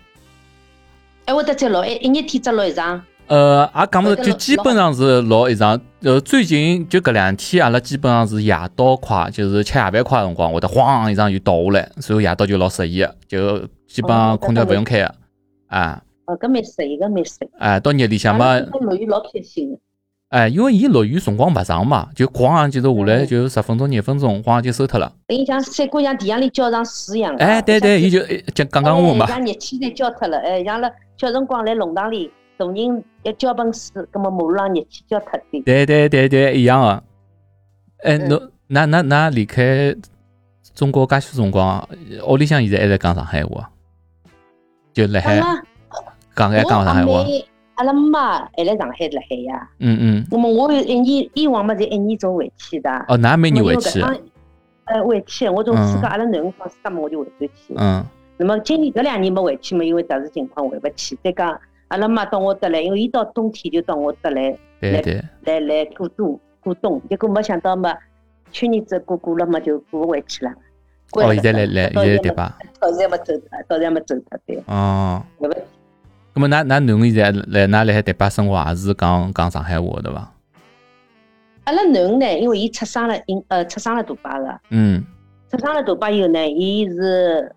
Speaker 2: 哎，我得再落一一日天只落一场，
Speaker 1: 呃，也讲勿
Speaker 2: 或
Speaker 1: 是，
Speaker 2: 者
Speaker 1: 就
Speaker 2: 老
Speaker 1: 基本上是老一场。呃，最近就搿两天，阿拉基本上是夜到快，就是吃夜饭快的辰光，会得晃一场雨倒下来，所以夜到就老适宜的，就基本上
Speaker 2: 哦
Speaker 1: 空调勿用开的。啊
Speaker 2: 哦，搿蛮适宜，搿蛮适宜。
Speaker 1: 哎，到夜里向嘛
Speaker 2: 阿，拉这边落雨老开心的，
Speaker 1: 哎，因为伊落雨辰光勿长嘛，就咣一记头下来就十分钟、廿分钟，咣就收脱了。
Speaker 2: 等于像山谷像地洋里浇上水一样的。
Speaker 1: 哎，对对，伊
Speaker 2: 像
Speaker 1: 就哎讲讲讲我嘛
Speaker 2: 哎，像热气侪浇脱了，哎，像了小辰光来弄堂里，大人一浇盆水，葛末马路上热气浇脱点。
Speaker 1: 对对对对，一样的。哎，
Speaker 2: 嗯
Speaker 1: 侬那那那离开中国介许辰光，啊屋里向现在还在讲上海话，就辣海
Speaker 2: 讲啊，
Speaker 1: 讲还讲
Speaker 2: 我
Speaker 1: 上海
Speaker 2: 阿
Speaker 1: 话。
Speaker 2: 妹阿拉妈还来上海辣海呀。
Speaker 1: 嗯嗯，
Speaker 2: 那么啊我有一年以往嘛，侪一年总回去的。
Speaker 1: 哦，那每年
Speaker 2: 那
Speaker 1: 回
Speaker 2: 么因为搿
Speaker 1: 去。
Speaker 2: 趟。呃，回去，我从自
Speaker 1: 嗯
Speaker 2: 家阿拉囡恩放暑假嘛，我就回转去。
Speaker 1: 嗯
Speaker 2: 那么今年搿两年没回去嘛，因为特殊情况回勿去。再讲阿拉妈到我搭来，因为伊到冬天就到我搭来
Speaker 1: 对对，
Speaker 2: 来来过冬过冬，结果没想到嘛，去年子过过了嘛就过勿回去了。过
Speaker 1: 哦，
Speaker 2: 了
Speaker 1: 现在来来现
Speaker 2: 到
Speaker 1: 在
Speaker 2: 现
Speaker 1: 对
Speaker 2: 在嘛
Speaker 1: 吧？
Speaker 2: 到现在没走脱，到现在没走脱，对，
Speaker 1: 哦，
Speaker 2: 回勿去。
Speaker 1: 那么那那囡恩现在来那辣海台北生活也是讲讲上海话对伐？
Speaker 2: 阿拉囡恩呢，因为伊出生了，因呃出生了大巴个，
Speaker 1: 嗯
Speaker 2: 出生了大巴以后呢，伊是，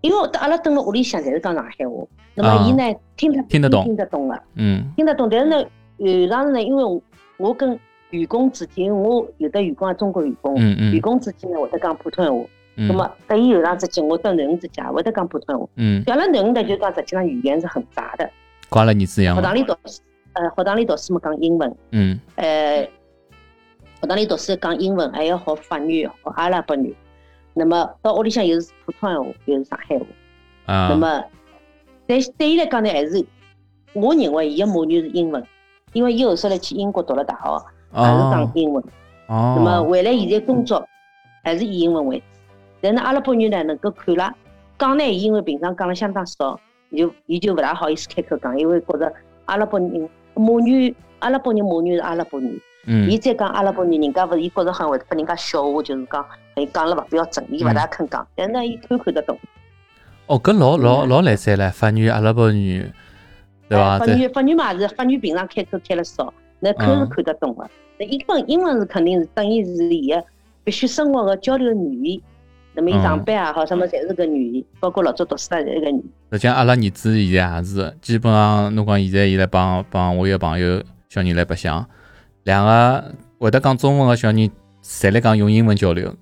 Speaker 2: 因为阿拉蹲辣屋里向侪是讲上海话，那
Speaker 1: 啊
Speaker 2: 么伊呢听得
Speaker 1: 听得懂
Speaker 2: 听得懂个，
Speaker 1: 嗯
Speaker 2: 听得懂。但是呢，有当时呢，因为我我跟员工之间，我有的员工啊中国员工，
Speaker 1: 嗯
Speaker 2: 员
Speaker 1: 嗯
Speaker 2: 工之间呢会得讲普通闲话，
Speaker 1: 嗯，
Speaker 2: 那么得伊后浪之间，我到囡恩之间也会得讲普通闲话。
Speaker 1: 嗯，
Speaker 2: 讲了囡恩呢，就讲实际上语言是很杂的。
Speaker 1: 挂了你字样
Speaker 2: 学
Speaker 1: 了，
Speaker 2: 堂里读书，呃，学堂里读书么讲英文，
Speaker 1: 嗯
Speaker 2: 呃，学堂里读书讲英文，还要学法语，学阿拉伯语。那么到屋里向又是普通闲话，又是上海话。
Speaker 1: 啊，
Speaker 2: 那么，对对伊来讲呢，还是我认为伊个母语是英文，因为伊后首来去英国读了大学，也是讲
Speaker 1: 哦
Speaker 2: 英文。那么
Speaker 1: 哦，
Speaker 2: 回来现在工作还是以英文为主，但是阿拉伯语呢能够看了，讲呢因为平常讲了相当少，伊就伊就勿大好意思开口讲，因为觉着阿拉伯人母语，阿拉伯人母语是阿拉伯语，
Speaker 1: 嗯
Speaker 2: 伊再讲阿拉伯语，人家勿伊觉着好像会拨人家笑话，就是讲伊讲了勿标准，伊勿大肯讲，但是呢伊看看得懂，
Speaker 1: 哦，搿老老老来塞唻，法语、阿拉伯语，对伐？
Speaker 2: 哎法
Speaker 1: 对，
Speaker 2: 语法语嘛是法语平常开口开了少，那看是
Speaker 1: 嗯
Speaker 2: 看得懂个，那英文英文是肯定是等于是伊个必须生活个交流语言。那么伊
Speaker 1: 嗯
Speaker 2: 上班也好，什么侪是搿语言，包括老早读书也是搿语言。
Speaker 1: 实际上阿拉儿子现在也是，基本上侬讲现在伊来帮帮我一个朋友小人来白相，两个会得讲中文个小人，侪来讲用英文交流。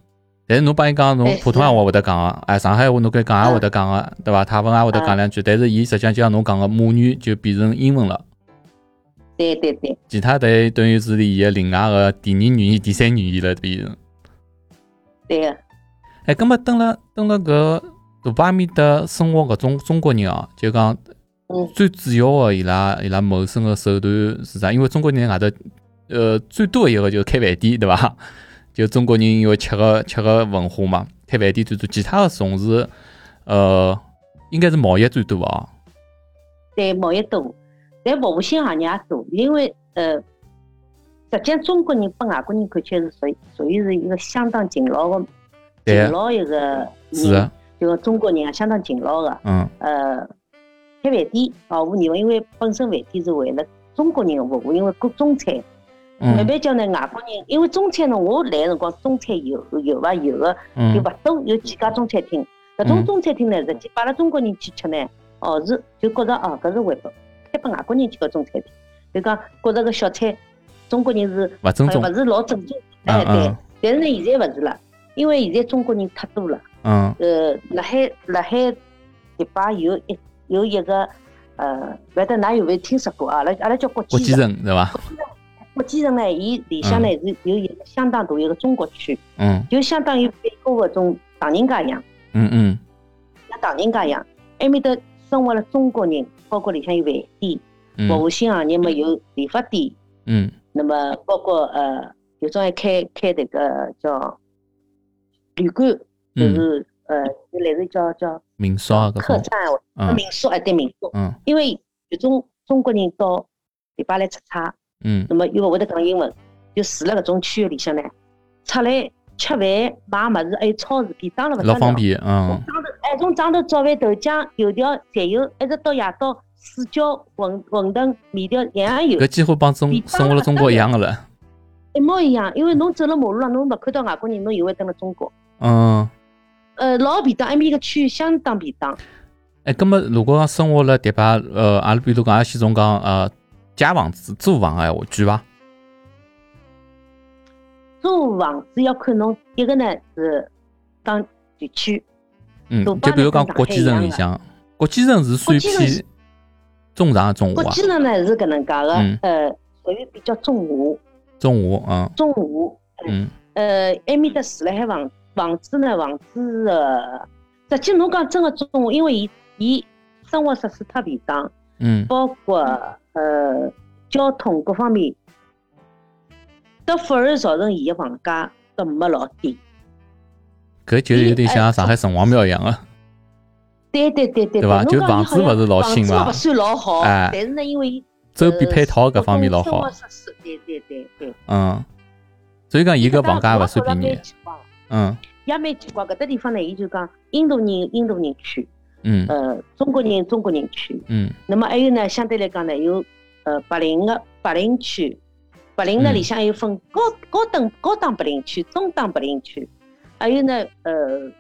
Speaker 1: 但是侬帮伊讲侬
Speaker 2: 哎
Speaker 1: 普通话我会得讲个，哎，上海话侬跟伊讲也会得讲个，对伐？泰文也会得讲两句，
Speaker 2: 哎
Speaker 1: 但是伊实际上就像侬讲个母语就变成英文了，
Speaker 2: 对对对，
Speaker 1: 其他等于等于是伊个另外个第二语言、第三语言了，变成。
Speaker 2: 对个。
Speaker 1: 哎，葛么蹲辣蹲辣搿杜拜埃面搭生活搿种中国人哦，就讲
Speaker 2: 嗯
Speaker 1: 最主要个伊拉伊拉谋生个手段是啥？因为中国人外头呃最多个一个就是开饭店，对伐？ [LAUGHS] 就中国人因为吃个吃个文化嘛，开饭店最多，其他个从事呃应该是贸易最多伐？哦。
Speaker 2: 对贸易多，但服务性行业也多，因为呃，实际上中国人被外国人看起来是属于属于是一个相当勤劳个，
Speaker 1: 对啊
Speaker 2: 勤劳一个
Speaker 1: 是
Speaker 2: 人
Speaker 1: 啊，，
Speaker 2: 就讲中国人啊相当勤劳个，
Speaker 1: 嗯
Speaker 2: 呃，开饭店服务业哦务，因为本身饭店是为了中国人服务，因为各中餐慢
Speaker 1: 嗯
Speaker 2: 慢叫呢外国人，因为中餐呢，我来个辰光中餐有有伐有个。又
Speaker 1: 嗯
Speaker 2: 勿多，有几家中餐厅。搿
Speaker 1: 嗯
Speaker 2: 种中餐厅呢，实际摆辣中国人去吃呢，哦是就觉着哦，搿是为拨开拨外国人去个中餐厅，就讲觉着搿小菜中国人是
Speaker 1: 勿正
Speaker 2: 呃
Speaker 1: 宗，
Speaker 2: 勿是老正宗，
Speaker 1: 嗯
Speaker 2: 哎对
Speaker 1: 嗯。
Speaker 2: 但是呢，现在勿是了，因为现在中国人太多了。
Speaker 1: 嗯
Speaker 2: 呃，辣海辣海迪拜有一有一个呃，勿晓得㑚有没有听说过啊？阿拉阿拉叫国
Speaker 1: 国
Speaker 2: 际
Speaker 1: 际
Speaker 2: 城，
Speaker 1: 城对伐？
Speaker 2: 国际城呢，伊里向呢是有一个相当大一个中国区，
Speaker 1: 嗯
Speaker 2: 就相当于美国搿种唐人街一样。
Speaker 1: 嗯嗯
Speaker 2: 像唐人街一样，埃面搭生活了中国人，包括里向有饭店，服
Speaker 1: 嗯
Speaker 2: 务性行业嘛有理发店，
Speaker 1: 嗯
Speaker 2: 那么包括呃，有种还开开迭个叫旅馆，就
Speaker 1: 嗯，
Speaker 2: 是呃，就类似叫叫
Speaker 1: 民宿啊搿
Speaker 2: 客
Speaker 1: 种，
Speaker 2: 栈或者
Speaker 1: 嗯
Speaker 2: 民宿，哎对民宿，
Speaker 1: 嗯
Speaker 2: 因为有种中国人到迪拜来出差，
Speaker 1: 嗯
Speaker 2: 那么又勿会得讲英文，就住辣搿种区域里向呢，出来吃饭买物事，还有超市便当了勿
Speaker 1: 老
Speaker 2: 得
Speaker 1: 方
Speaker 2: 了。
Speaker 1: 便，嗯
Speaker 2: 从。早头，哎，从早头早饭、豆浆、油条侪有，一直到夜到水饺、馄馄饨、面条，样样有
Speaker 1: 搿，几乎帮中
Speaker 2: 比啊当
Speaker 1: 生活了中国一样个了。
Speaker 2: 一模一样。因为侬走了马路上，侬勿看到外国人，侬以为蹲了中国。
Speaker 1: 嗯，
Speaker 2: 呃，老便当，埃面个区域相当便当。
Speaker 1: 哎，葛么如果讲生活了迪拜，呃，阿拉比如讲阿拉先从讲呃借房子、租房啊个闲话，贵伐？
Speaker 2: 租房子要看侬一个呢是当地区，
Speaker 1: 嗯
Speaker 2: 杜，拜
Speaker 1: 就比如讲
Speaker 2: 跟上海
Speaker 1: 国际城里向，国际城是算
Speaker 2: 国际城
Speaker 1: 偏
Speaker 2: 是
Speaker 1: 中上个中
Speaker 2: 国
Speaker 1: 华啊
Speaker 2: 际，上呢是搿能介个
Speaker 1: 嗯，
Speaker 2: 呃，属于比较中华，
Speaker 1: 中华，嗯
Speaker 2: 中华。
Speaker 1: 嗯
Speaker 2: 呃，埃面搭住辣海房房子呢，房子呃，实际侬讲真个中华，因为伊伊生活设施太便当，
Speaker 1: 嗯
Speaker 2: 包括呃交通各方面，这反而造成伊个房价都没老低。
Speaker 1: 搿就有点像
Speaker 2: 哎呃
Speaker 1: 上海城隍庙一样个。
Speaker 2: 对对对对
Speaker 1: 对吧
Speaker 2: 侬
Speaker 1: 就
Speaker 2: 讲
Speaker 1: 房
Speaker 2: 伊好
Speaker 1: 子
Speaker 2: 像
Speaker 1: 勿是老新
Speaker 2: 房子
Speaker 1: 嘛
Speaker 2: 嘛勿算老好，
Speaker 1: 哎
Speaker 2: 但是呢，因为伊
Speaker 1: 周边配套搿方面老
Speaker 2: 生
Speaker 1: 好啊
Speaker 2: 活，设施，对对对对。
Speaker 1: 嗯，所以讲伊搿房价勿算
Speaker 2: 当然
Speaker 1: 便
Speaker 2: 我觉得
Speaker 1: 宜
Speaker 2: 蛮，奇怪的
Speaker 1: 嗯
Speaker 2: 也蛮奇怪，搿搭地方呢，伊就讲印度人有印度人区，
Speaker 1: 嗯
Speaker 2: 呃，中国人有中国人区，
Speaker 1: 嗯
Speaker 2: 那么还有呢，相对来讲呢，有呃白领个白领区，白领呢
Speaker 1: 嗯
Speaker 2: 里向还有分高高等高档白领区、中档白领区，还有呢呃，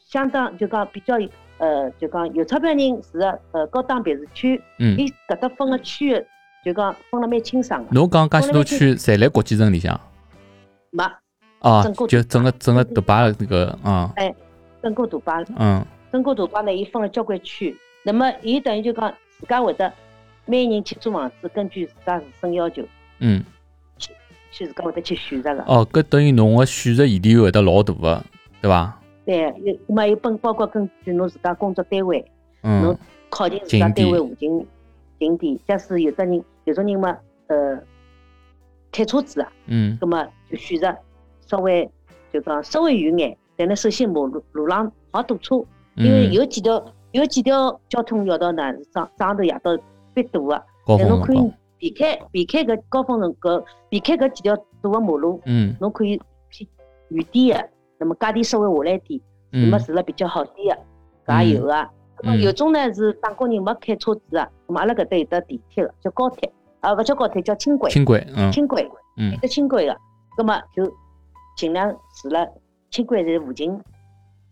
Speaker 2: 相当就讲比较呃就讲有钞票人住个呃高档别墅区，
Speaker 1: 嗯
Speaker 2: 伊搿搭分个区域就讲分了蛮清爽个，
Speaker 1: 侬讲江西都区侪辣国际城里向
Speaker 2: 没
Speaker 1: 啊
Speaker 2: 整个，
Speaker 1: 就整个整个大坝那个，嗯
Speaker 2: 整个大坝，
Speaker 1: 嗯
Speaker 2: 整个大坝呢，伊分了交关区，那么伊等于就讲自家会得每人去租房子，根据自家自身要求
Speaker 1: 嗯，
Speaker 2: 去自家会得去选择个。
Speaker 1: 哦，搿等于侬个选择限定会得老大个，对伐？
Speaker 2: 对，有没有本包括根据侬自家工作单位，
Speaker 1: 嗯
Speaker 2: 侬靠近自家
Speaker 1: 景
Speaker 2: 单位
Speaker 1: 点
Speaker 2: 附近景点。假使有的人，有种人嘛，呃，开车子啊，
Speaker 1: 嗯
Speaker 2: 葛么就选择稍微就讲稍微远眼，但呢，首先马路路浪好堵车，因为
Speaker 1: 嗯，
Speaker 2: 有几条有几条交通要道呢，是早早浪头夜到必堵啊
Speaker 1: 高
Speaker 2: 个，
Speaker 1: 峰
Speaker 2: 但侬可
Speaker 1: 辰
Speaker 2: 以
Speaker 1: 光，
Speaker 2: 避开避开搿高峰辰光，避开搿几条堵个马路，
Speaker 1: 嗯
Speaker 2: 侬可以偏远点个，那么价钿稍微下来一点。那么
Speaker 1: 嗯
Speaker 2: 住了比较好点个，搿也有个。那么
Speaker 1: 嗯
Speaker 2: 有种呢是打工人没开车子个，那么阿拉搿搭有得地铁个，叫高铁，啊勿叫高铁，叫轻轨，
Speaker 1: 轻轨，嗯
Speaker 2: 轻轨有
Speaker 1: 嗯
Speaker 2: 得轻轨个，那么就尽量住了轻轨站附近，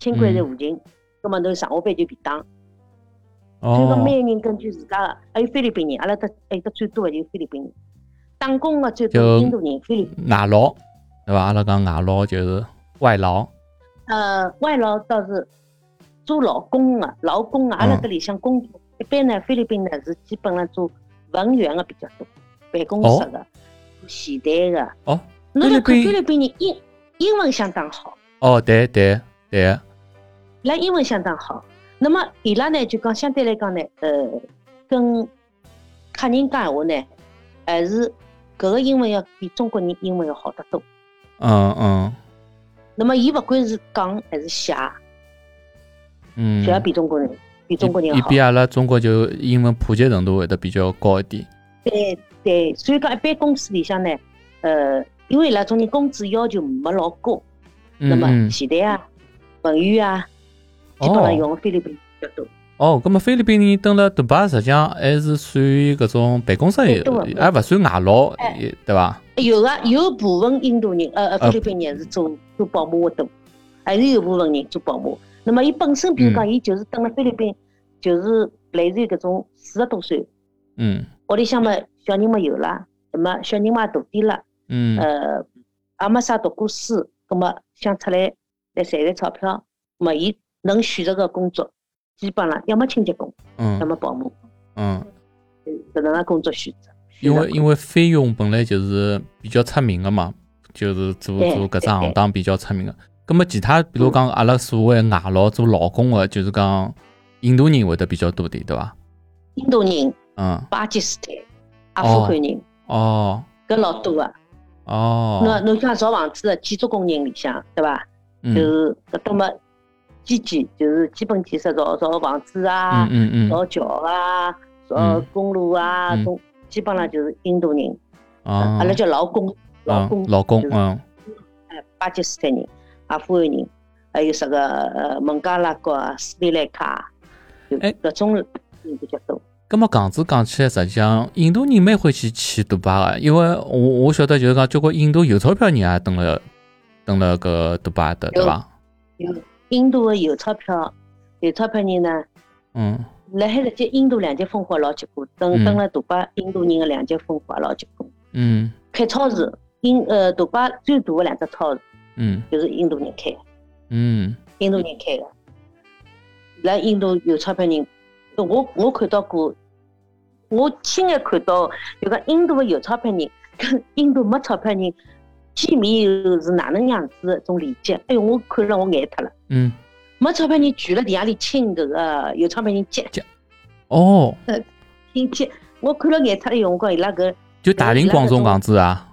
Speaker 2: 轻
Speaker 1: 嗯
Speaker 2: 轨站附近，那么侬上下班就便当。所以讲，
Speaker 1: 哦，
Speaker 2: 每个人根据自家个，还有菲律宾人，阿拉搭还有得哎最多个就是菲律宾人，啊打工个最多
Speaker 1: 就
Speaker 2: 是印度人、菲律宾，
Speaker 1: 外劳对伐？阿拉讲外劳就是外劳，
Speaker 2: 呃，外劳倒是做劳工个，啊劳工个，阿拉搿里向工作一般呢，菲律宾呢是基本上做文员个比较多，办公室个，做前台个。
Speaker 1: 哦
Speaker 2: 侬
Speaker 1: 菲律
Speaker 2: 来看
Speaker 1: 宾
Speaker 2: 菲律宾人英英文相当好，
Speaker 1: 哦，对对对，
Speaker 2: 伊拉英文相当好。那么伊拉呢，就讲相对来讲呢，呃，跟客人讲闲话呢，还是搿个英文要比中国人英文要好得多。
Speaker 1: 嗯嗯
Speaker 2: 那么伊勿管是讲还是写，
Speaker 1: 嗯，
Speaker 2: 就要比中国人比中国人
Speaker 1: 一
Speaker 2: 好
Speaker 1: 比。阿拉中国就英文普及程度会得比较高一点。
Speaker 2: 对对，所以讲一般公司里向呢，呃，因为伊拉种人工资要求没老高，那么
Speaker 1: 嗯嗯
Speaker 2: 前台啊、文员啊，基本上
Speaker 1: 哦
Speaker 2: 用菲律宾比较多。
Speaker 1: 哦，咁么菲律宾人蹲辣杜拜实际上还是属于搿种办公室
Speaker 2: 对都，是
Speaker 1: 还勿算外劳，
Speaker 2: 啊哎
Speaker 1: 也对伐？
Speaker 2: 有啊，有部分印度人，
Speaker 1: 啊
Speaker 2: 呃呃，菲律宾人是做做保姆的多，还是有部分人做保姆。那么伊本身，
Speaker 1: 嗯
Speaker 2: 比如讲，伊就是等了菲律宾，就是类似于搿种四十多岁，
Speaker 1: 嗯
Speaker 2: 屋里向嘛小人嘛有了，那么小人嘛大点了，
Speaker 1: 嗯
Speaker 2: 呃，也没啥读过书，葛么想出来来赚赚钞票，葛么伊能选择个工作，基本上要么清洁工，要
Speaker 1: 嗯
Speaker 2: 么保姆，
Speaker 1: 嗯，
Speaker 2: 搿能介工作选择。
Speaker 1: 因为因为菲佣本来就是比较出名个嘛，就是做
Speaker 2: 对
Speaker 1: 做搿
Speaker 2: 对嗯
Speaker 1: 只行
Speaker 2: 对
Speaker 1: 当比较出名个。咁么其他比如讲阿拉所谓外劳做劳工个，就是讲印度人会得比较多点，对伐？
Speaker 2: 印度人、
Speaker 1: 嗯，
Speaker 2: 巴基斯坦、阿富汗人，
Speaker 1: 哦
Speaker 2: 搿老多啊个。侬
Speaker 1: 哦，
Speaker 2: 侬像造房子的建筑工人里向，对伐？就
Speaker 1: 嗯
Speaker 2: 是搿搭么基建，就是基本建设，造造房子啊
Speaker 1: 嗯，嗯嗯，
Speaker 2: 造桥啊，造
Speaker 1: 嗯
Speaker 2: 公路啊
Speaker 1: 嗯，
Speaker 2: 公基本上就是印度人，
Speaker 1: 哦
Speaker 2: 阿拉叫劳工，劳
Speaker 1: 嗯
Speaker 2: 工，
Speaker 1: 老公，
Speaker 2: 就是
Speaker 1: 嗯
Speaker 2: 哎，巴基斯坦人、阿啊富汗人，还有啥个呃孟加拉国啊、斯里兰卡啊，就
Speaker 1: 哎
Speaker 2: 搿种人比较多。
Speaker 1: 啊
Speaker 2: 印度的有钞票，有钞票人呢，
Speaker 1: 嗯
Speaker 2: 辣海辣盖印度两极分化老结棍，
Speaker 1: 嗯
Speaker 2: 等等了大把印度人的两极分化老结棍。
Speaker 1: 嗯
Speaker 2: 开超市，印呃大把最大的两只超市
Speaker 1: 嗯
Speaker 2: 就是印度人开的，
Speaker 1: 嗯
Speaker 2: 印度人开的。辣印度有钞票人，我我看到过，我亲眼看到，就讲印度的有钞票人跟印度没钞票人见面以后是哪能样子的一种连接。哎哟，我看了我眼脱了。
Speaker 1: 嗯，
Speaker 2: 没钞票人住了地下里亲搿个呃有钞票人 [LAUGHS] 接
Speaker 1: 哦，
Speaker 2: 亲接，我看了眼脱了哎以后，我讲伊拉搿
Speaker 1: 就大庭广众讲子啊，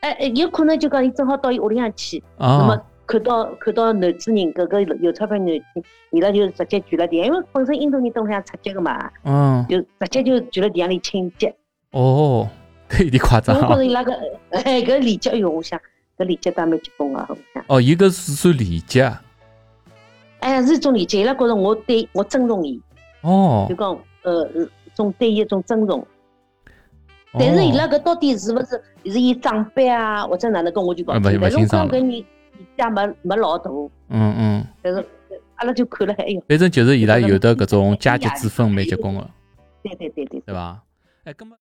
Speaker 2: 哎哎，有可能就讲伊正好到伊屋里向去。那么
Speaker 1: 哦，
Speaker 2: 看到看到男主人搿个有钞票男子，伊拉就直接举了点，因为本身印度人都里向出街个嘛，
Speaker 1: 嗯
Speaker 2: 就直接就举了地上里亲接。
Speaker 1: 哦，搿有点夸
Speaker 2: 我
Speaker 1: 张
Speaker 2: 觉
Speaker 1: [LAUGHS] 啊
Speaker 2: 着。伊拉个哎搿礼节，哎哟，我想搿礼节倒蛮结棍个，我想，
Speaker 1: 哦，伊搿是算礼节啊，
Speaker 2: 哎是一种礼节，伊拉觉着我对我尊重伊，
Speaker 1: 哦
Speaker 2: 就，讲呃是一种对伊一种尊重。
Speaker 1: 哦
Speaker 2: 但是伊拉搿到底是勿是是伊长辈啊，或者哪能跟我就搞
Speaker 1: 啊勿
Speaker 2: 清楚。
Speaker 1: 勿
Speaker 2: 但是
Speaker 1: 清
Speaker 2: 我
Speaker 1: 爽
Speaker 2: 讲搿人年纪也没没老大，
Speaker 1: 嗯嗯，
Speaker 2: 但是阿拉就看了海，哎哟，
Speaker 1: 反正就是伊拉有的搿种阶级之分蛮结棍个，
Speaker 2: 对对对对。
Speaker 1: 对伐？哎，搿么。